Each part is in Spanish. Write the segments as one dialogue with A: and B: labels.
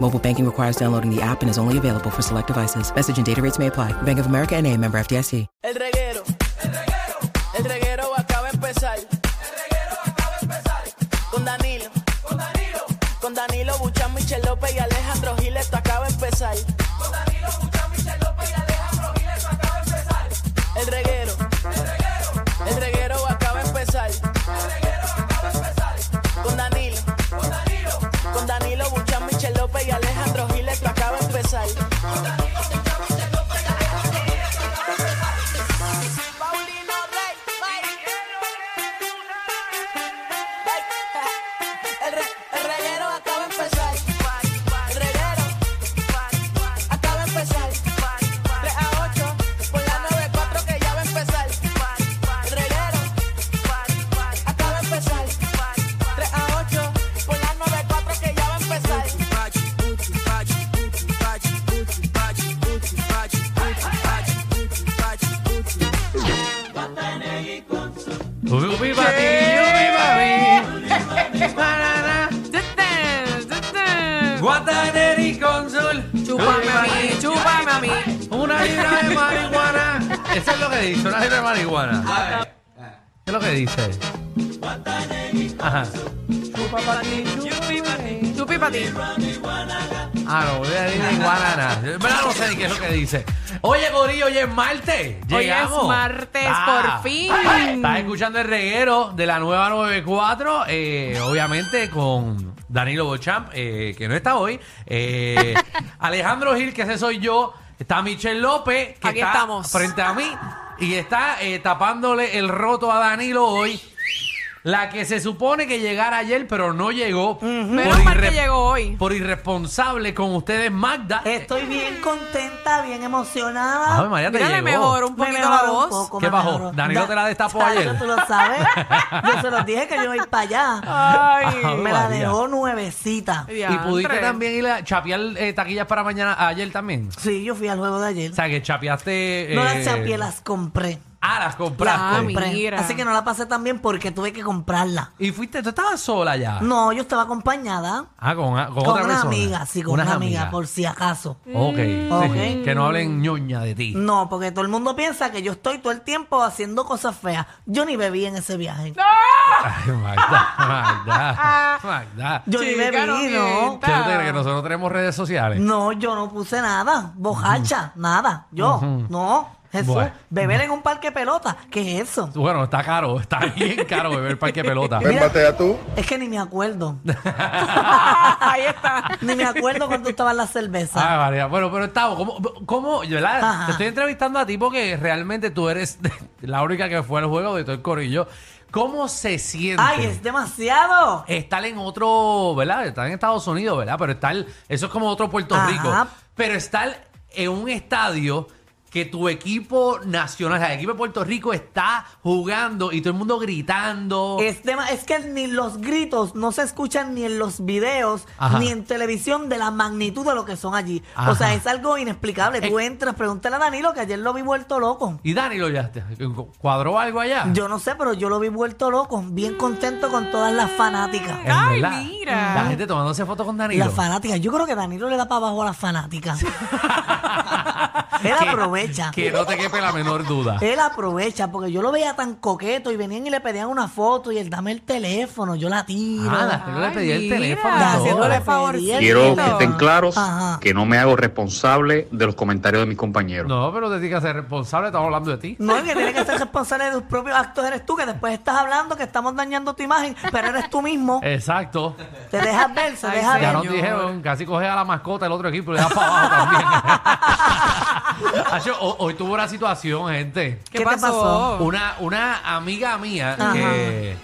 A: Mobile banking requires downloading the app and is only available for select devices. Message and data rates may apply. Bank of America and a member FDIC.
B: El reguero. El reguero. El reguero acaba de empezar. El reguero acaba de empezar. Con Danilo. Con Danilo. Con Danilo Buchan, Michel López y Alejandro Giles, esto acaba de empezar. Con Danilo Buchan, Michel López y Alejandro Giles, esto acaba de empezar. El reguero. El reguero. El reguero acaba de empezar. El reguero acaba de empezar. Con Danilo. Con Danilo. Con Danilo Buchan, Michel López y Alejandro Giles, esto acaba de empezar. Paulino Rey, El, re- el reguero acaba de empezar. El reguero acaba de empezar. 3 a 8 por la 94 que ya va a empezar. El reguero acaba de empezar. 3 a 8 por la 94 que ya va a empezar.
C: Ubi papi, ubi papi. Guataneri cónsul.
D: Chúpame a mí, chúpame a mí.
C: Una libra de marihuana. Eso es lo que dice, una libra de marihuana. ¿Qué es lo que dice? Ajá.
D: Chupi pa' ti.
C: Ah, no, voy a decir iguana nada. Yo en verdad no sé ni qué es lo que dice. Oye, Corillo, hoy es martes.
D: Hoy es
C: Llegamos. Ah.
D: martes, por fin.
C: Estás escuchando el reguero de la nueva 94, eh, obviamente con Danilo Bochamp, eh, que no está hoy. eh, Alejandro Gil, que ese soy yo. Está Michelle López, que
D: Aquí
C: está
D: estamos.
C: frente a mí. Y está eh, tapándole el roto a Danilo hoy. La que se supone que llegara ayer, pero no llegó.
D: Menos
C: Por
D: mal que
C: irre-
D: llegó hoy.
C: por irresponsable con ustedes, Magda.
E: Estoy bien contenta, bien emocionada.
C: Ay, María, te
D: Mira, le
C: llegó.
D: mejoró un
E: Me
D: poquito la
E: mejoró un
D: voz.
E: poco,
C: ¿Qué
E: me
C: bajó?
E: mejoró.
C: Danilo
E: Da-
C: te la destapó
E: Danilo,
C: ayer.
E: Tú lo sabes. Yo se los dije que yo iba a ir para allá.
D: Ay,
E: Me la
C: Oh, María.
E: dejó nuevecita.
C: Y pudiste
D: diantre.
C: también ir a chapear eh, taquillas para mañana, ayer también.
E: Sí, yo fui al juego de ayer.
C: O sea, que chapeaste...
E: No
C: eh,
E: las chapié, las compré.
C: Ah, las compraste.
D: Yami.
E: Compré.
D: Mira.
E: Así que no la pasé tan bien porque tuve que comprarla.
C: y fuiste, tú estabas sola ya.
E: No, yo estaba acompañada
C: Ah, con, Ah. con,
E: con
C: otra
E: una
C: persona.
E: amiga, sí, con
C: Unas
E: una amiga,
C: amigas.
E: por si acaso.
C: Ok, sí,
E: Ok.
C: que no hablen ñoña de ti.
E: No, porque todo el mundo piensa que yo estoy todo el tiempo haciendo cosas feas. Yo ni bebí en ese viaje.
C: Ay, Magda, Magda, Magda.
E: Yo ni
D: Chica,
E: bebí,
D: no
E: no.
D: mienta.
C: ¿Usted no te cree que nosotros tenemos redes sociales?
E: No, yo no puse nada, bojacha, nada. Yo, no, Jesús,
C: Bueno.
E: beber en un parque de pelota, ¿qué es eso?
C: Bueno, está caro, está bien caro beber parque pelota.
E: Mira,
F: Batea tú.
E: es que ni me acuerdo,
D: Ahí está.
E: ni me acuerdo cuando estaban las cervezas.
C: Ah, María. Bueno, pero Tavo, ¿cómo, cómo yo la-
E: Ajá.
C: te estoy entrevistando a ti porque realmente tú eres la única que fue al juego de todo el corillo. ¿Cómo se siente?
E: Ay, es demasiado.
C: Estar en otro, ¿verdad? Estar en Estados Unidos, ¿verdad? Pero estar, eso es como otro Puerto
E: Ajá.
C: Rico. Pero estar en un estadio que tu equipo nacional, el equipo de Puerto Rico está jugando y todo el mundo gritando.
E: Es, dema- es que ni los gritos no se escuchan ni en los videos
C: Ajá.
E: ni en televisión de la magnitud de lo que son allí.
C: Ajá. Eh.
E: O sea, es algo inexplicable. Tú entras, pregúntale a Danilo que ayer lo vi vuelto loco.
C: Y Dani lo ya te- cuadró algo allá.
E: Yo no sé, pero yo lo vi vuelto loco, bien contento con todas las fanáticas.
C: En
D: Ay,
C: verdad,
D: mira.
C: La gente tomándose fotos con Danilo.
E: Las fanáticas. Yo creo que Danilo le da para abajo a las fanáticas. Él
C: que-
E: aprovecha.
C: Que no te quepe la menor duda.
E: Él aprovecha, porque yo lo veía tan coqueto y venían y le pedían una foto y él dame el teléfono, yo la tiro.
C: Ah, Danilo le
D: Ay,
C: pedí el
D: mira,
C: teléfono. y
E: Dale,
C: todo.
D: haciéndole
E: Pedí
D: favorcito.
E: el
F: Quiero que
E: Perfecto.
F: estén claros
E: Ah, Ajá.
F: que no me hago responsable de los comentarios de mis compañeros.
C: No, pero te tienes que ser responsable, estamos hablando de ti.
E: No, es que tienes que ser responsable de tus propios actos, eres tú, que después estás hablando que estamos dañando tu imagen, pero eres tú mismo.
C: Exacto.
E: Te dejas ver, se
D: Ay,
E: deja
D: sí.
E: ver.
C: Eh. Ya nos
D: señor.
C: dijeron, casi coge a la mascota del otro equipo y le das para abajo también. Hacho, ho- hoy tuvo una situación, gente.
E: ¿Qué te pasó?
C: Una, una amiga mía
E: Ajá.
C: que,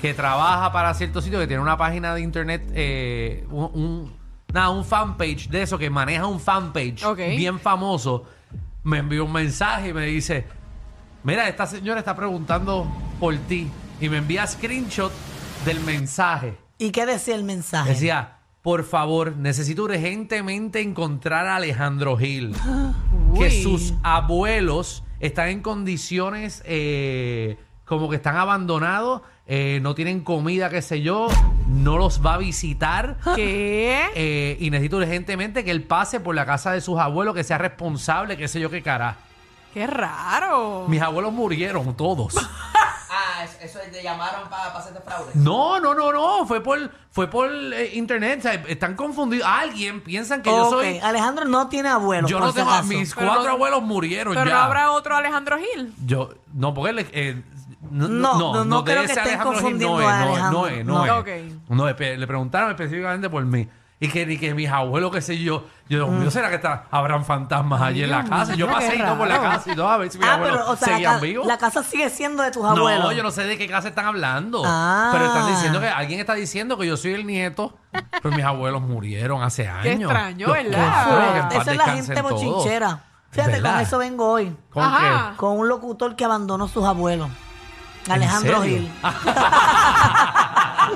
C: que trabaja para cierto sitio, que tiene una página de internet, eh, un, un- nada, un fanpage de eso, que maneja un fanpage
D: Ok.
C: bien famoso, me envió un mensaje y me dice, mira, esta señora está preguntando por ti y me envía screenshot del mensaje.
E: ¿Y qué decía el mensaje?
C: Decía, por favor, necesito urgentemente encontrar a Alejandro Gil. que
D: Uy.
C: sus abuelos están en condiciones eh, como que están abandonados, eh, no tienen comida, qué sé yo, no los va a visitar.
D: ¿Qué?
C: eh, y necesito urgentemente que él pase por la casa de sus abuelos, que sea responsable, qué sé yo, qué cara.
D: Qué raro.
C: Mis abuelos murieron todos.
B: Ah, eso- eso es de llamaron para hacerte fraude.
C: No, no, no, no, fue por, fue por eh, internet, o sea, están confundidos. Alguien piensan que yo
E: Ok,
C: soy
E: Alejandro no tiene abuelo.
C: Yo
E: por
C: no
E: si
C: tengo.
E: acaso.
C: Mis
D: Pero
C: cuatro
D: no-
C: abuelos murieron
D: Pero
C: ya.
D: no habrá otro Alejandro Gil.
C: Yo. No, porque. le- eh, no,
E: No,
C: no,
E: no, no
C: de
E: creo
C: ese
E: que estén
C: Alejandro Gil, no
E: confundiendo
C: es,
E: a
C: no es,
E: Alejandro.
C: No, es, no,
D: No.
C: es.
D: Ok.
C: No es, pe- le preguntaron específicamente por mí. Y que ni que mis abuelos, qué sé yo. Yo, Dios
E: Mm.
C: mío, ¿será que está, habrán fantasmas allí en la casa? Yo
D: mío,
C: pasé
D: qué
C: y todo por la
D: raro.
C: casa y todo a ver si mis
E: Ah,
C: abuelos
E: pero o sea, la,
C: seguían
E: ca-
C: vivos.
E: la casa sigue siendo de tus abuelos.
C: No, yo no sé de qué casa están hablando.
E: Ah.
C: Pero están diciendo que alguien está diciendo que yo soy el nieto. Pero mis abuelos murieron hace años.
D: extraño,
C: Yo-
D: ¿verdad?
C: qué feo, que en paz
E: Esa es la
C: descansen
E: gente
C: todos.
E: bochinchera. Fíjate,
C: ¿Verdad?
E: con eso vengo hoy.
C: ¿Con
D: Ajá.
E: Con un locutor que abandonó sus abuelos.
C: qué?
E: Alejandro
C: ¿En serio? Ah,
E: Gil.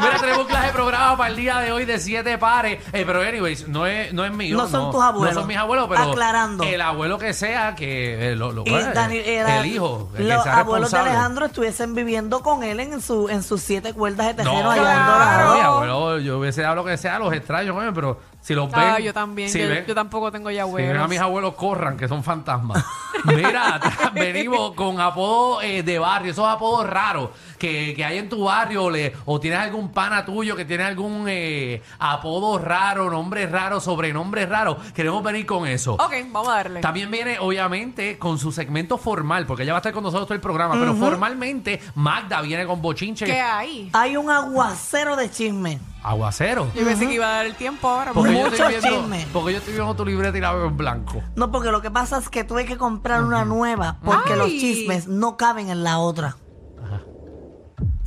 C: Mira, tenemos un clase de programa para el día de hoy de siete pares. Eh, pero, anyways, no es, no es mío.
E: No son tus abuelos.
C: No son mis abuelos, pero.
E: Aclarando.
C: El abuelo que sea, que. eh, lo- lo-
E: Y
C: eh,
E: Dani- era-
C: el hijo. el que
E: los
C: sea
E: abuelos de
C: responsable.
E: Alejandro estuviesen viviendo con él en, su, en sus siete cuerdas de tejero
C: No,
E: allá en
D: claro.
E: Dorado.
C: mi abuelo, yo hubiese dado lo que sea a los extraños, coño, pero si los ven.
D: Ah, yo también.
C: si
D: yo,
C: ven-
D: yo tampoco tengo ya
C: Si ven a
D: abuelos.
C: mis abuelos, corran, que son fantasmas. Mira, venimos con apodos eh, de barrio, esos apodos raros que, que hay en tu barrio, le- o tienes algún pana tuyo que tiene algún eh, apodo raro, nombre raro, sobrenombre raro. Queremos venir con eso.
D: ok, vamos a darle.
C: También viene, obviamente, con su segmento formal, porque ella va a estar con nosotros todo el programa, pero formalmente Magda viene con bochinche
D: ¿Qué hay?
E: Hay un aguacero de chisme.
C: aguacero.
D: Yo pensé que iba a dar el tiempo ahora.
C: Porque yo,
D: pero-
C: estoy
E: Mucho
C: viendo,
E: chisme.
C: porque yo estoy viendo tu libreta y la veo en blanco.
E: No, porque lo que pasa es que tuve que comprar una nueva porque
D: Ay.
E: los chismes no caben en la otra.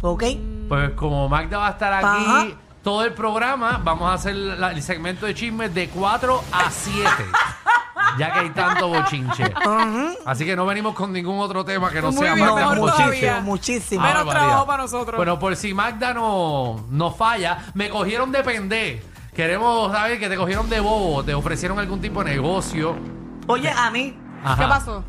E: ¿Ok?
C: Pues como Magda va a estar aquí
E: Ajá.
C: todo el programa, vamos a hacer la- el segmento de chismes de 4 a 7. ya que hay tanto bochinche. Así que no venimos con ningún otro tema que no
D: Muy
C: sea
D: bien,
C: Magda
D: mejor
C: bochinche.
D: todavía.
E: muchísimo, muchísimo.
D: Menos
C: Barbaridad.
D: trabajo para nosotros.
C: Bueno, por si Magda no, no falla, me cogieron de pendejo. Queremos saber que te cogieron de bobo, te ofrecieron algún tipo de negocio.
E: Oye, a mí,
C: Ajá.
D: ¿Qué pasó?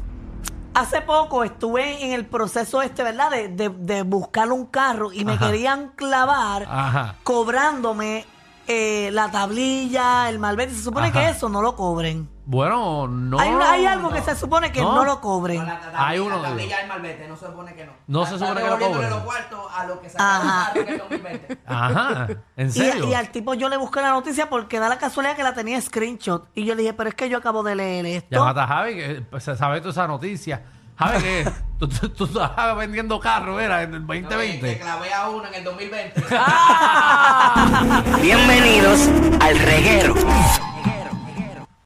E: hace poco estuve en el proceso este, ¿verdad? De, de- de buscar un carro y me
C: Ajá.
E: querían clavar
C: Ajá.
E: cobrándome eh, la tablilla, el malvete. Se supone
C: Ajá.
E: que eso no lo cobren.
C: Bueno, no.
E: hay, hay algo que se supone que
C: No.
E: no, lo cobren.
C: Hay uno
B: La
C: de-
B: tablilla del malvete, no se supone que no.
C: No
B: La-
C: se
B: está
C: supone que lo
B: devolviéndole
C: cobren.
B: los cuartos a lo que
E: Ajá.
B: sacaron del carro en el 2020.
C: Ajá. ¿En
E: Y,
C: serio?
E: y al tipo yo le busqué la noticia porque da la casualidad que la tenía screenshot. Y yo le dije, pero es que yo acabo de leer esto.
C: Llámate a Javi, que eh, se sabe toda esa noticia. Javi, que tú, tú, tú estabas vendiendo carro, era en el
B: Que- Que
C: 2020.
B: clavé a uno en el 2020.
G: Bienvenidos al reguero.